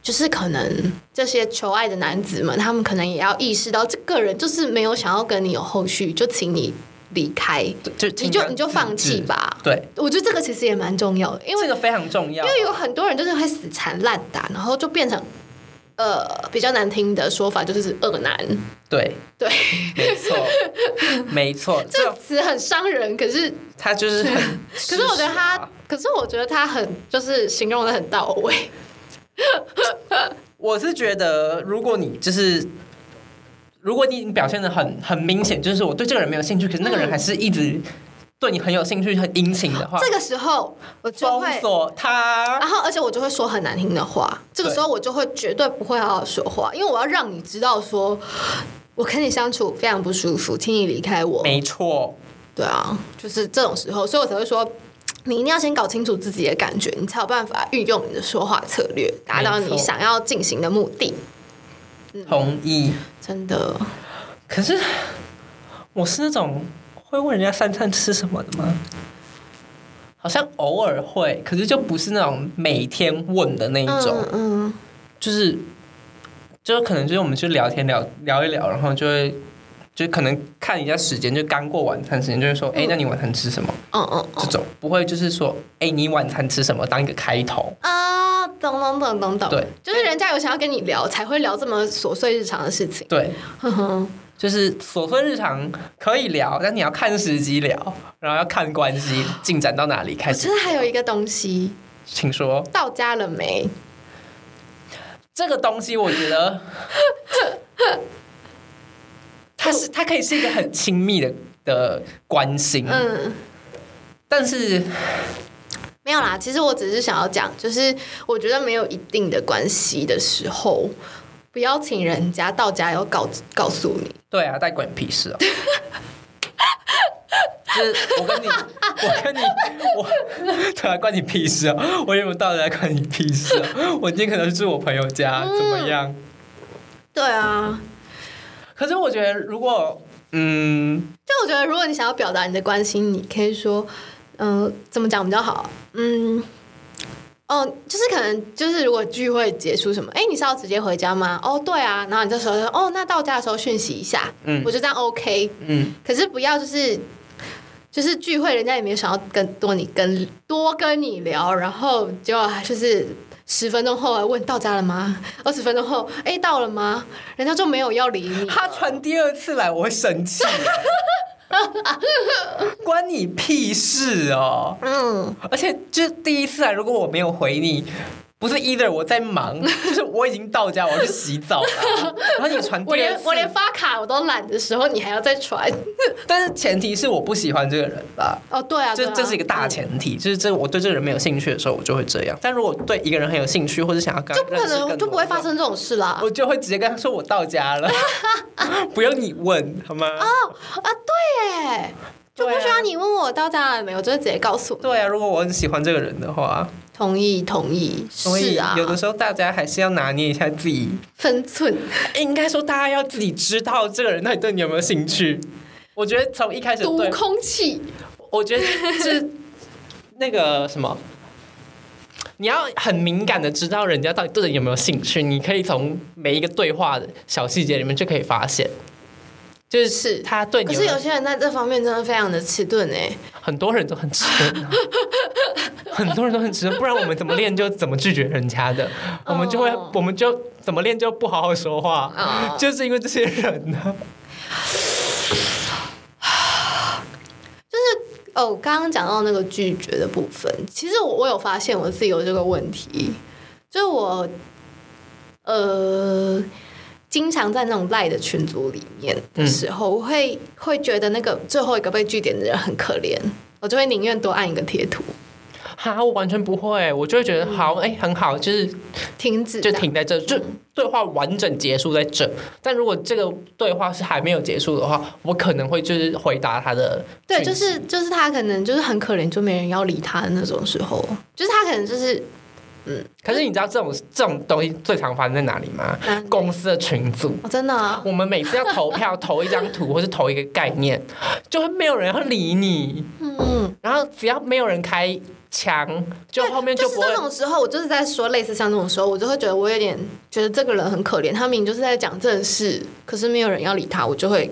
B: 就是可能这些求爱的男子们，他们可能也要意识到，这个人就是没有想要跟你有后续，就请你离开，
A: 就嗯
B: 你就你就放弃。吧。
A: 对，
B: 我觉得这个其实也蛮重要的，哦因为
A: 这个非常重要
B: 因。为有很多人就是会死缠烂打，然后就变成。呃，比较难听的说法就是恶男，
A: 对，
B: 对，
A: 没错，没错，
B: 这
A: 这
B: 个词很伤人，可是
A: 他就是很。啊可
B: 可是啊我觉得他，可是我觉得他很就是形容的很到位，
A: 我是觉得，如果你就是，如果你已经表现的很很明显，就是我对这个人没有兴趣，可是那个人还是一直对你很有兴趣、很殷勤的话，
B: 嗯这个时候我就
A: 封
B: 会，啊
A: 锁他
B: 然。后而且我就会说很难听的话。这个时候我就会绝对不会好好说话，因为我要让你知道说，我跟你相处非常不舒服，请你离开我。
A: 没错，
B: 对啊，就是这种时候，所以我才会说。你一定要先搞清楚自己的感觉，你才有办法运用你的说话策略，达到
A: 没错
B: 你想要进行的目的。嗯
A: 同意。
B: 真的，
A: 可是我是那种会问人家三餐吃什么的吗？好像偶尔会，可是就不是那种每天问的那一种。
B: 嗯嗯，
A: 就是，就可能就是我们去聊天聊聊一聊，然后就会就可能看一下时间，就刚过晚餐时间，就会说，哎、那你晚餐吃什么？
B: 嗯嗯
A: 这
B: 嗯，
A: 种不会就是说，哎、你晚餐吃什么？当一个开头，
B: 啊，懂懂懂懂懂，
A: 对，
B: 就是人家有想要跟你聊，才会聊这么琐碎日常的事情。
A: 对，
B: 哼哼，
A: 就是琐碎日常可以聊，但你要看时机聊，然后要看关系进展到哪里开
B: 我
A: 始
B: 觉。得还有一个东西，
A: 请说
B: 到家了没？
A: 这个东西，我觉得它是它可以是一个很嗯亲密的的关心，
B: 嗯
A: 但是
B: 没有啦，其实我只是想要讲，就是我觉得没有一定的关系的时候，不要请人家到家要告告诉你。
A: 对啊，带管你屁事啊！就是我跟你，我跟你，我对啊，关你屁事啊！我有没有到来关你屁事啊？我今天可能是住我朋友家，怎么样？
B: 对啊，
A: 可是我觉得，如果嗯，
B: 但我觉得如果你想要表达你的关心，你可以说，嗯、怎么讲比较好？嗯。哦，就是可能就是如果聚会结束什么，哎、你是要直接回家吗？哦，对啊，然后你这时候就说，哦，那到家的时候讯息一下，
A: 嗯
B: 我觉得这样 OK，
A: 嗯，
B: 可是不要就是就是聚会，人家也没有想要跟多你跟多跟你聊，然后结果就是十分钟后来问到家了吗？二十分钟后，哎、到了吗？人家就没有要理你。
A: 他传第二次来，我会生 气。关你屁事哦！
B: 嗯，
A: 而且就是第一次来，如果我没有回你，不是 either 我在 忙，就是我已经到家，我要去洗澡了。然后你传
B: 我
A: 第二
B: 连
A: 次，
B: 我连发卡我都懒的时候，你还要再传？
A: 但是前提是我不喜欢这个人啦。
B: 哦，对啊，
A: 这
B: 对啊
A: 这是一个大前提，就是这我对这个人没有兴趣的时候，我就会这样。但如果对一个人很有兴趣，或者想要跟他
B: 就不可
A: 认识更
B: 能
A: 多
B: 就不会发
A: 的时
B: 生啊这种事啦。
A: 候，我就会直接跟他说我到家 了，不用你问好吗？
B: 啊，对耶，就不需要你问我到家了没有，我就会直接告诉你。
A: 对啊，如果我很喜欢这个人的话，
B: 同意，同意，
A: 所以
B: 是啊，
A: 有的时候大家还是要拿捏一下自己，
B: 分寸。
A: 应该说大家要自己知道这个人到底对你有没有兴趣。我觉得从一开始
B: 读
A: 对，
B: 空气，
A: 我觉得是那个什么，你要很敏感的知道人家到底对你有没有兴趣，你可以从每一个对话的小细节里面就可以发现，就是他对你
B: 可
A: 有没
B: 是
A: 有
B: 有些人在这方面真的非常的迟钝哎、
A: 很多人都很迟 钝、啊，很多人都很迟钝，不然我们怎么练就怎么拒绝人家的，我们就会
B: 哦
A: 我们就怎么练就不好好说话，
B: 哦
A: 就是因为这些人呢、
B: 哦，刚刚讲到那个拒绝的部分，其实我我有发现我自己有这个问题，就是我呃，经常在那种赖的群组里面的时候，
A: 嗯
B: 我会会觉得那个最后一个被据点的人很可怜，我就会宁愿多按一个贴图，
A: 哈，我完全不会，我就会觉得
B: 嗯
A: 好，哎、很好，就是
B: 停止
A: 就
B: 这样
A: 停在这，就对话完整结束在这。但如果这个对话是还没有结束的话，我可能会就是回答他的
B: 对，
A: 讯息，
B: 就是就是他可能就是很可怜，就没人要理他的那种时候，就是他可能就是
A: 可是你知道这种这种东西最常发生在哪里吗？
B: 哪里
A: 公司的群组。
B: 哦，真的啊、
A: 我们每次要投票，投一张图或是投一个概念，就会没有人要理你。
B: 嗯。
A: 然后只要没有人开枪，就后面就
B: 就是
A: 不会
B: 这。种时候，我就是在说类似像这种时候，我就会觉得我有点觉得这个人很可怜，他明明就是在讲正事，可是没有人要理他，我就会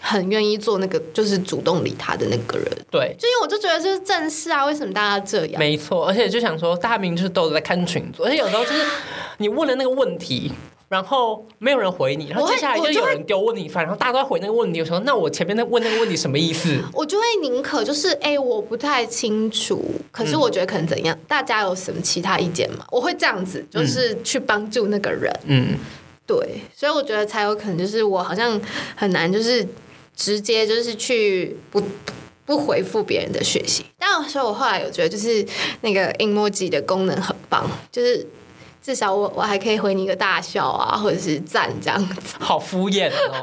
B: 很愿意做那个就是主动理他的那个人，
A: 对，
B: 就因为我就觉得这是正事啊，为什么大家这样？
A: 没错。而且就想说，大家明明就是都有在看群组，而且有时候就是你问了那个问题。然后没有人回你，然后
B: 我会
A: 接下来
B: 我
A: 就
B: 就
A: 有
B: 会
A: 人丢问你，反正大家都在回那个问题。我说，那我前面在问那个问题什么意思？
B: 我就会宁可就是哎、我不太清楚，可
A: 嗯
B: 是我觉得可能怎样，大家有什么其他意见吗？我会这样子，就是去帮助那个人。
A: 嗯，
B: 对，所以我觉得才有可能，就是我好像很难，就是直接就是去不不回复别人的讯息。但所以我后来有觉得，就是那个 emoji 的功能很棒，就是至少我我还可以回你一个大笑啊，或者是赞这样子。
A: 好敷衍哦。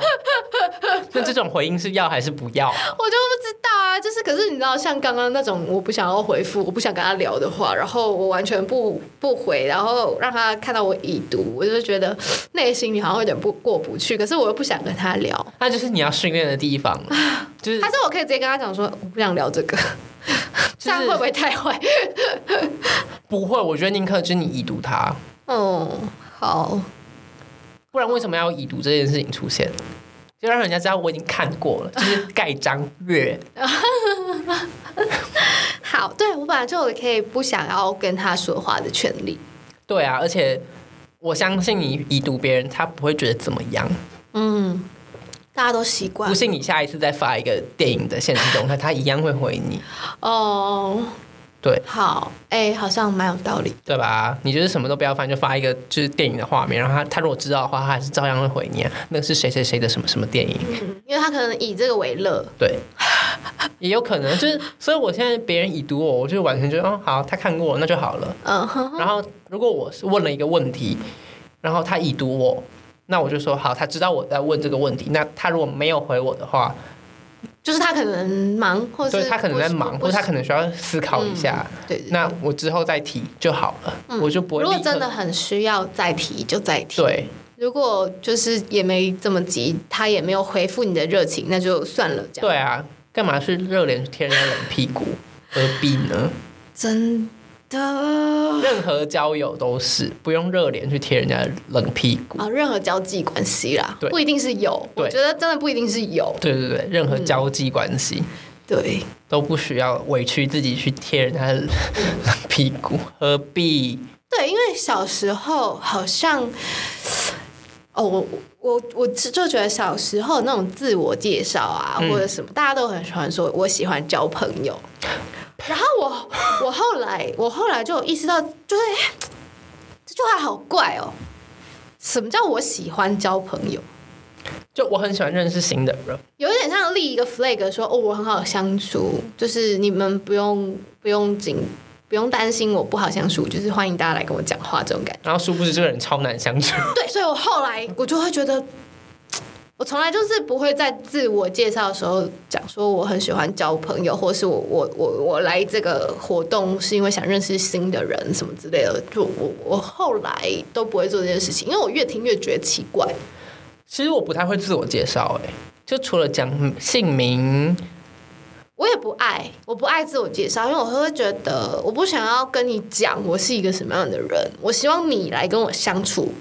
A: 那这种回应是要还是不要？
B: 我就不知道啊，就是可是你知道，像刚刚那种我不想要回复，我不想跟他聊的话，然后我完全不不回，然后让他看到我已读，我就觉得内心里好像有点不过不去，可是我又不想跟他聊。
A: 那就是你要训练的地方了，就是
B: 还是我可以直接跟他讲说，我不想聊这个，这样会不会太坏？
A: 不会。我觉得宁可就是你已读他，嗯
B: 哦，好，
A: 不然为什么要已读这件事情出现？就让人家知道我已经看过了，就是盖章阅。
B: 好，对我本来就有可以不想要跟他说话的权利。
A: 对啊，而且我相信你已读别人，他不会觉得怎么样。
B: 嗯，大家都习惯
A: 不信你下一次再发一个电影的现实动态，他一样会回你，
B: 哦。
A: 对
B: 好，哎、好像蛮有道理。
A: 对吧？你就是什么都不要翻，就发一个就是电影的画面，然后他他如果知道的话，他还是照样会回你、啊。那是谁谁谁的什么什么电影？
B: 嗯，因为他可能以这个为乐，
A: 对，也有可能就是，所以我现在别人已读我，我就完全觉得，哦，好，他看过那就好了。
B: 嗯哼，
A: 然后如果我是问了一个问题，然后他已读我，那我就说好，他知道我在问这个问题。那他如果没有回我的话，
B: 就是他可能忙，或
A: 对
B: 是
A: 他可能在
B: 不
A: 忙，
B: 不
A: 或者他可能需要思考一下。
B: 对对。
A: 那我之后再提就好了，
B: 嗯
A: 我就不会
B: 如果
A: 立刻
B: 真的很需要再提，就再提。
A: 对
B: 如果就是也没这么急，他也没有回复你的热情，那就算了，这样。
A: 对啊，干嘛去热脸贴人家冷屁股？何必 呢？
B: 真的啊、
A: 任何交友都是不用热脸去贴人家冷屁股。
B: 啊任何交际关系啦，
A: 对
B: 不一定是有，
A: 对
B: 我觉得真的不一定是有。
A: 对对对，任何
B: 嗯
A: 交际关系、
B: 对，
A: 都不需要委屈自己去贴人家的冷屁股，何必？
B: 对，因为小时候好像，哦，我我我就觉得小时候那种自我介绍啊，
A: 嗯
B: 或者什么，大家都很喜欢说我喜欢交朋 友。然后我我后来我后来就有意识到，就是哎这句话好怪哦。什么叫我喜欢交朋友？
A: 就我很喜欢认识新的人，
B: 有一点像立一个 flag 说哦，我很好相处，就是你们不用不用紧不用担心我不好相处，就是欢迎大家来跟我讲话这种感觉。
A: 然后殊不知这个人超难相处。
B: 对，所以我后来我就会觉得，我从来就是不会在自我介绍的时候讲说我很喜欢交朋友，或是我我我我来这个活动是因为想认识新的人什么之类的。就我我后来都不会做这件事情，因为我越听越觉得奇怪。
A: 其实我不太会自我介绍，哎，就除了讲姓名，
B: 我也不爱，我不爱自我介绍，因为我会觉得我不想要跟你讲我是一个什么样的人，我希望你来跟我相处，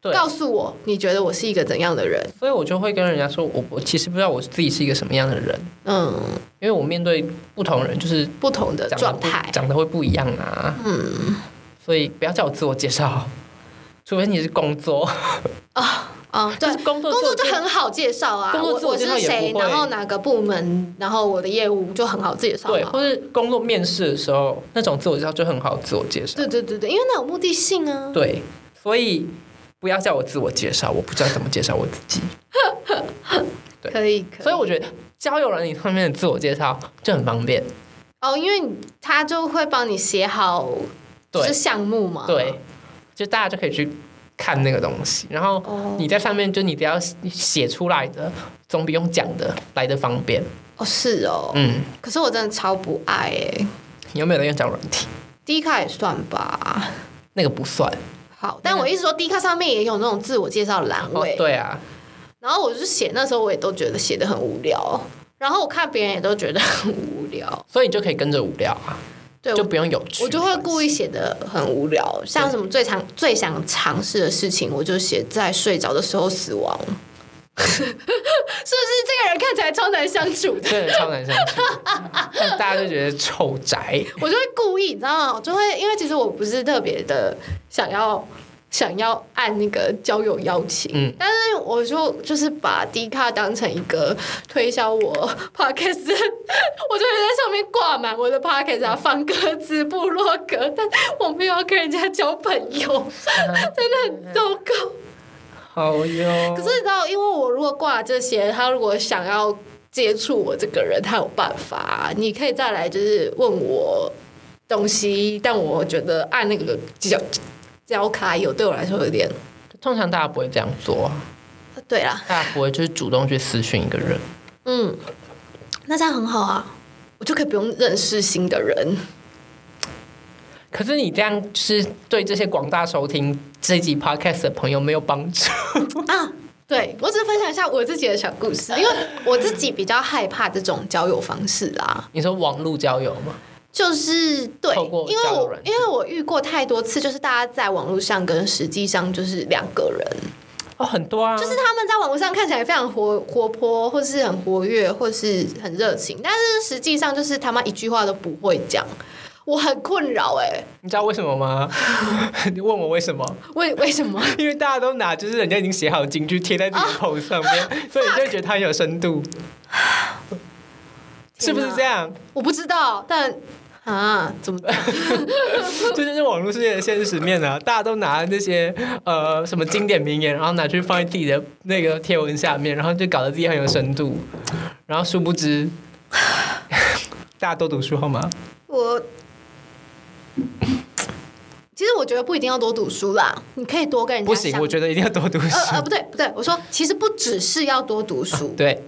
A: 对，
B: 告诉我你觉得我是一个怎样的人。
A: 所以我就会跟人家说，我我其实不知道我自己是一个什么样的人，
B: 嗯，
A: 因为我面对不同人就是
B: 不同的
A: 长得
B: 状
A: 不
B: 态。
A: 长得会不一样啊。嗯，所以不要叫我自我介绍，除非你是工作，
B: 哦，对
A: 但，是工作
B: 工作
A: 自
B: 就
A: 我介
B: 很好介绍啊，
A: 工作自
B: 我
A: 我
B: 我
A: 介绍
B: 是
A: 也不
B: 谁，
A: 会
B: 然后哪个部门，然后我的业务就很好介绍啊
A: 对，
B: 嘛。
A: 或是工作面试的时候那种自我介绍就很好自我介绍。
B: 对对对对，因为那有目的性啊。
A: 对，所以不要叫我自我介绍，我不知道怎么介绍我自己。对
B: 可以，可以。
A: 所以我觉得交友软件上面的自我介绍就很方便。
B: 哦，因为他就会帮你写好，
A: 对
B: 就是项目嘛。
A: 对，就大家就可以去看那个东西，然后
B: 哦
A: 你在上面就你只要写出来的，总比用讲的来的方便。
B: 哦，是哦。
A: 嗯，
B: 可是我真的超不爱哎，
A: 你有没有在用交友软体？
B: 低卡也算吧。
A: 那个不算。
B: 好，但我一直说低卡上面也有那种自我介绍栏
A: 哦
B: 位，，
A: 对啊，
B: 然后我就写那时候我也都觉得写的很无聊，然后我看别人也都觉得很无聊。
A: 所以你就可以跟着无聊啊，
B: 对，
A: 就不用有趣。
B: 我就会故意写的很无聊，像什么最常最想尝试的事情，我就写在睡着的时候死亡。 是不是这个人看起来超难相处的？
A: 真的超难相处， 但大家就觉得臭宅。
B: 我就会故意，你知道吗？我就会因为其实我不是特别的想要想要按那个交友邀请，
A: 嗯
B: 但是我就就是把 D 卡当成一个推销我 podcast，我就会在上面挂满我的 podcast 啊，放歌词、部落格，但我没有要跟人家交朋友， 真的很糟糕。
A: 好哟，
B: 可是你知道，因为我如果挂这些，他如果想要接触我这个人，他有办法、你可以再来就是问我东西，但我觉得按那个交交卡有对我来说有点。
A: 通常大家不会这样做啊，
B: 呃对啦，
A: 大家不会就是主动去私讯一个人。
B: 嗯，那这样很好啊，我就可以不用认识新的人。
A: 可是你这样就是对这些广大收听这集 podcast 的朋友没有帮助。
B: 啊。 对，我只是分享一下我自己的小故事，因为我自己比较害怕这种交友方式啦，
A: 你说网络交友吗？
B: 就是对，
A: 透过
B: 因为
A: 交友
B: 我
A: 软件
B: 因为我遇过太多次，就是大家在网络上跟实际上就是两个人，
A: 哦，很多啊，
B: 就是他们在网络上看起来非常活活泼，或是很活跃，或是很热情，但是实际上就是他妈一句话都不会讲，我很困扰哎、
A: 你知道为什么吗？ 你问我为什么？
B: 为为什么？
A: 因为大家都拿就是人家已经写好的金句贴在自己的 post 上面，所以你就会觉得它很有深度，是不是这样？
B: 我不知道，但啊，怎么办？
A: 这 就是网络世界的现实面啊！大家都拿那些呃什么经典名言，然后拿去放在自己的 那个贴文下面，然后就搞得自己很有深度，然后殊不知大家都读书好吗？
B: 我其实我觉得不一定要多读书啦，你可以多跟人家
A: 不行，
B: 相
A: 我觉得一定要多读书。
B: 呃呃，不对不对，我说其实不只是要多读书，
A: 对，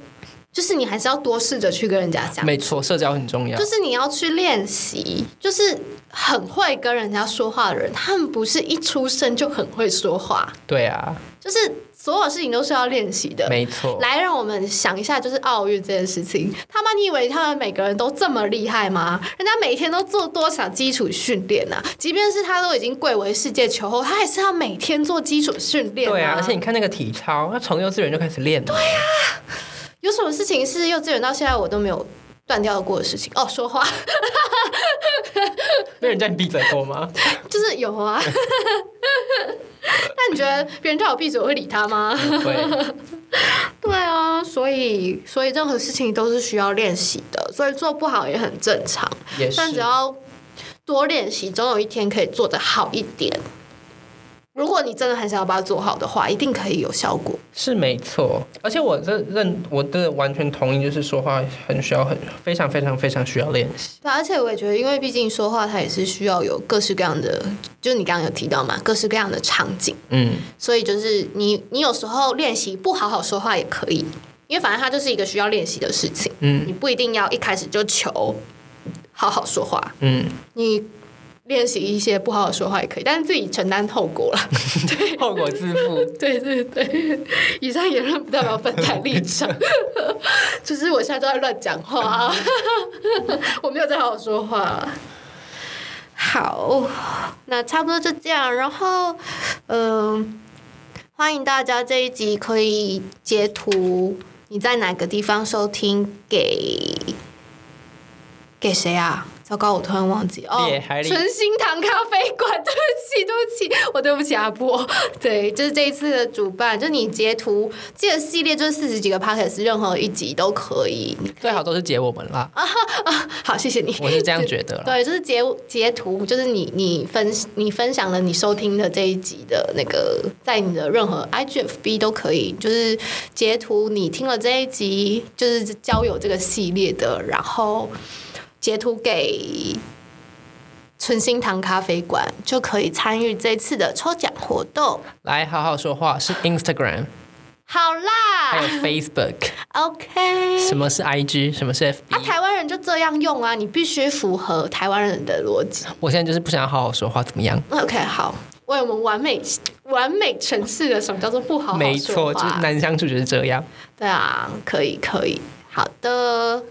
B: 就是你还是要多试着去跟人家讲，
A: 没错，社交很重要
B: 就。是你要去练习，就是很会跟人家说话的人，他们不是一出生就很会说话，
A: 对啊，
B: 就是所有事情都是要练习的。
A: 没错。
B: 呃来，让我们想一下，就是奥运这件事情。他妈，你以为他们每个人都这么厉害吗？人家每天都做多少基础训练啊？即便是他都已经贵为世界球后，他还是要每天做基础训练、
A: 对啊，
B: 啊，
A: 而且你看那个体操，他从幼稚园就开始练了。
B: 有什么事情是幼稚园到现在我都没有断掉过的事情？哦，说话
A: 被人家逼着过吗？
B: 就是有啊。 那你觉得别人叫我闭嘴，我会理他吗？
A: 对，
B: 对啊，所以所以任何事情都是需要练习的，所以做不好也很正常。
A: 也是。
B: 但只要多练习，总有一天可以做得好一点。如果你真的很想要把它做好的话，一定可以有效果。
A: 是没错，而且我这认我真的完全同意，就是说话很需要很非常非常非常需要练习。
B: 对啊，而且我也觉得，因为毕竟说话它也是需要有各式各样的，就是你刚刚有提到嘛，各式各样的场景。
A: 嗯，
B: 所以就是你，你有时候练习不好好说话也可以，因为反正它就是一个需要练习的事情。
A: 嗯，
B: 你不一定要一开始就求好好说话，
A: 嗯，
B: 你练习一些不好好说话也可以，但是自己承担后果啦。
A: 后果自负。
B: 对对对，以上言论不代表本台立场， 就是我现在都在乱讲话啊， 我没有在好好说话。好，那差不多就这样。然后，嗯、欢迎大家这一集可以截图你在哪个地方收听给给谁啊？糟糕，我突然忘记哦
A: 烈海，里
B: 纯心堂咖啡馆，对不起，对不起，我对不起阿波。 对，就是这一次的主办，就你截图这个系列，就是四十几个 p o c k e t 任何一集都可以。
A: 最好都是截我们啦，
B: 好，谢谢你。
A: 我是这样觉得啦。
B: 啊对，就是截截图，就是你你分你分享了你收听的这一集的那个，在你的任何 IGFB 都可以，就是截图你听了这一集，就是交友这个系列的，然后截图给纯心堂咖啡馆，就可以参与这次的抽奖活动。
A: 来，好好说话是 Instagram，
B: 好
A: 还有
B: 啦
A: Facebook，
B: ，OK。
A: 什么是 IG，什么是
B: 啊，
A: FB。
B: 台湾人就这样用啊，你必须符合台湾人的逻辑。
A: 我现在就是不想好好说话，怎么样？
B: OK，好，为我们完美完美诠释了什么叫做不好好说话。
A: 没错，就是难相处就是这样。
B: 对啊，可以可以，好的，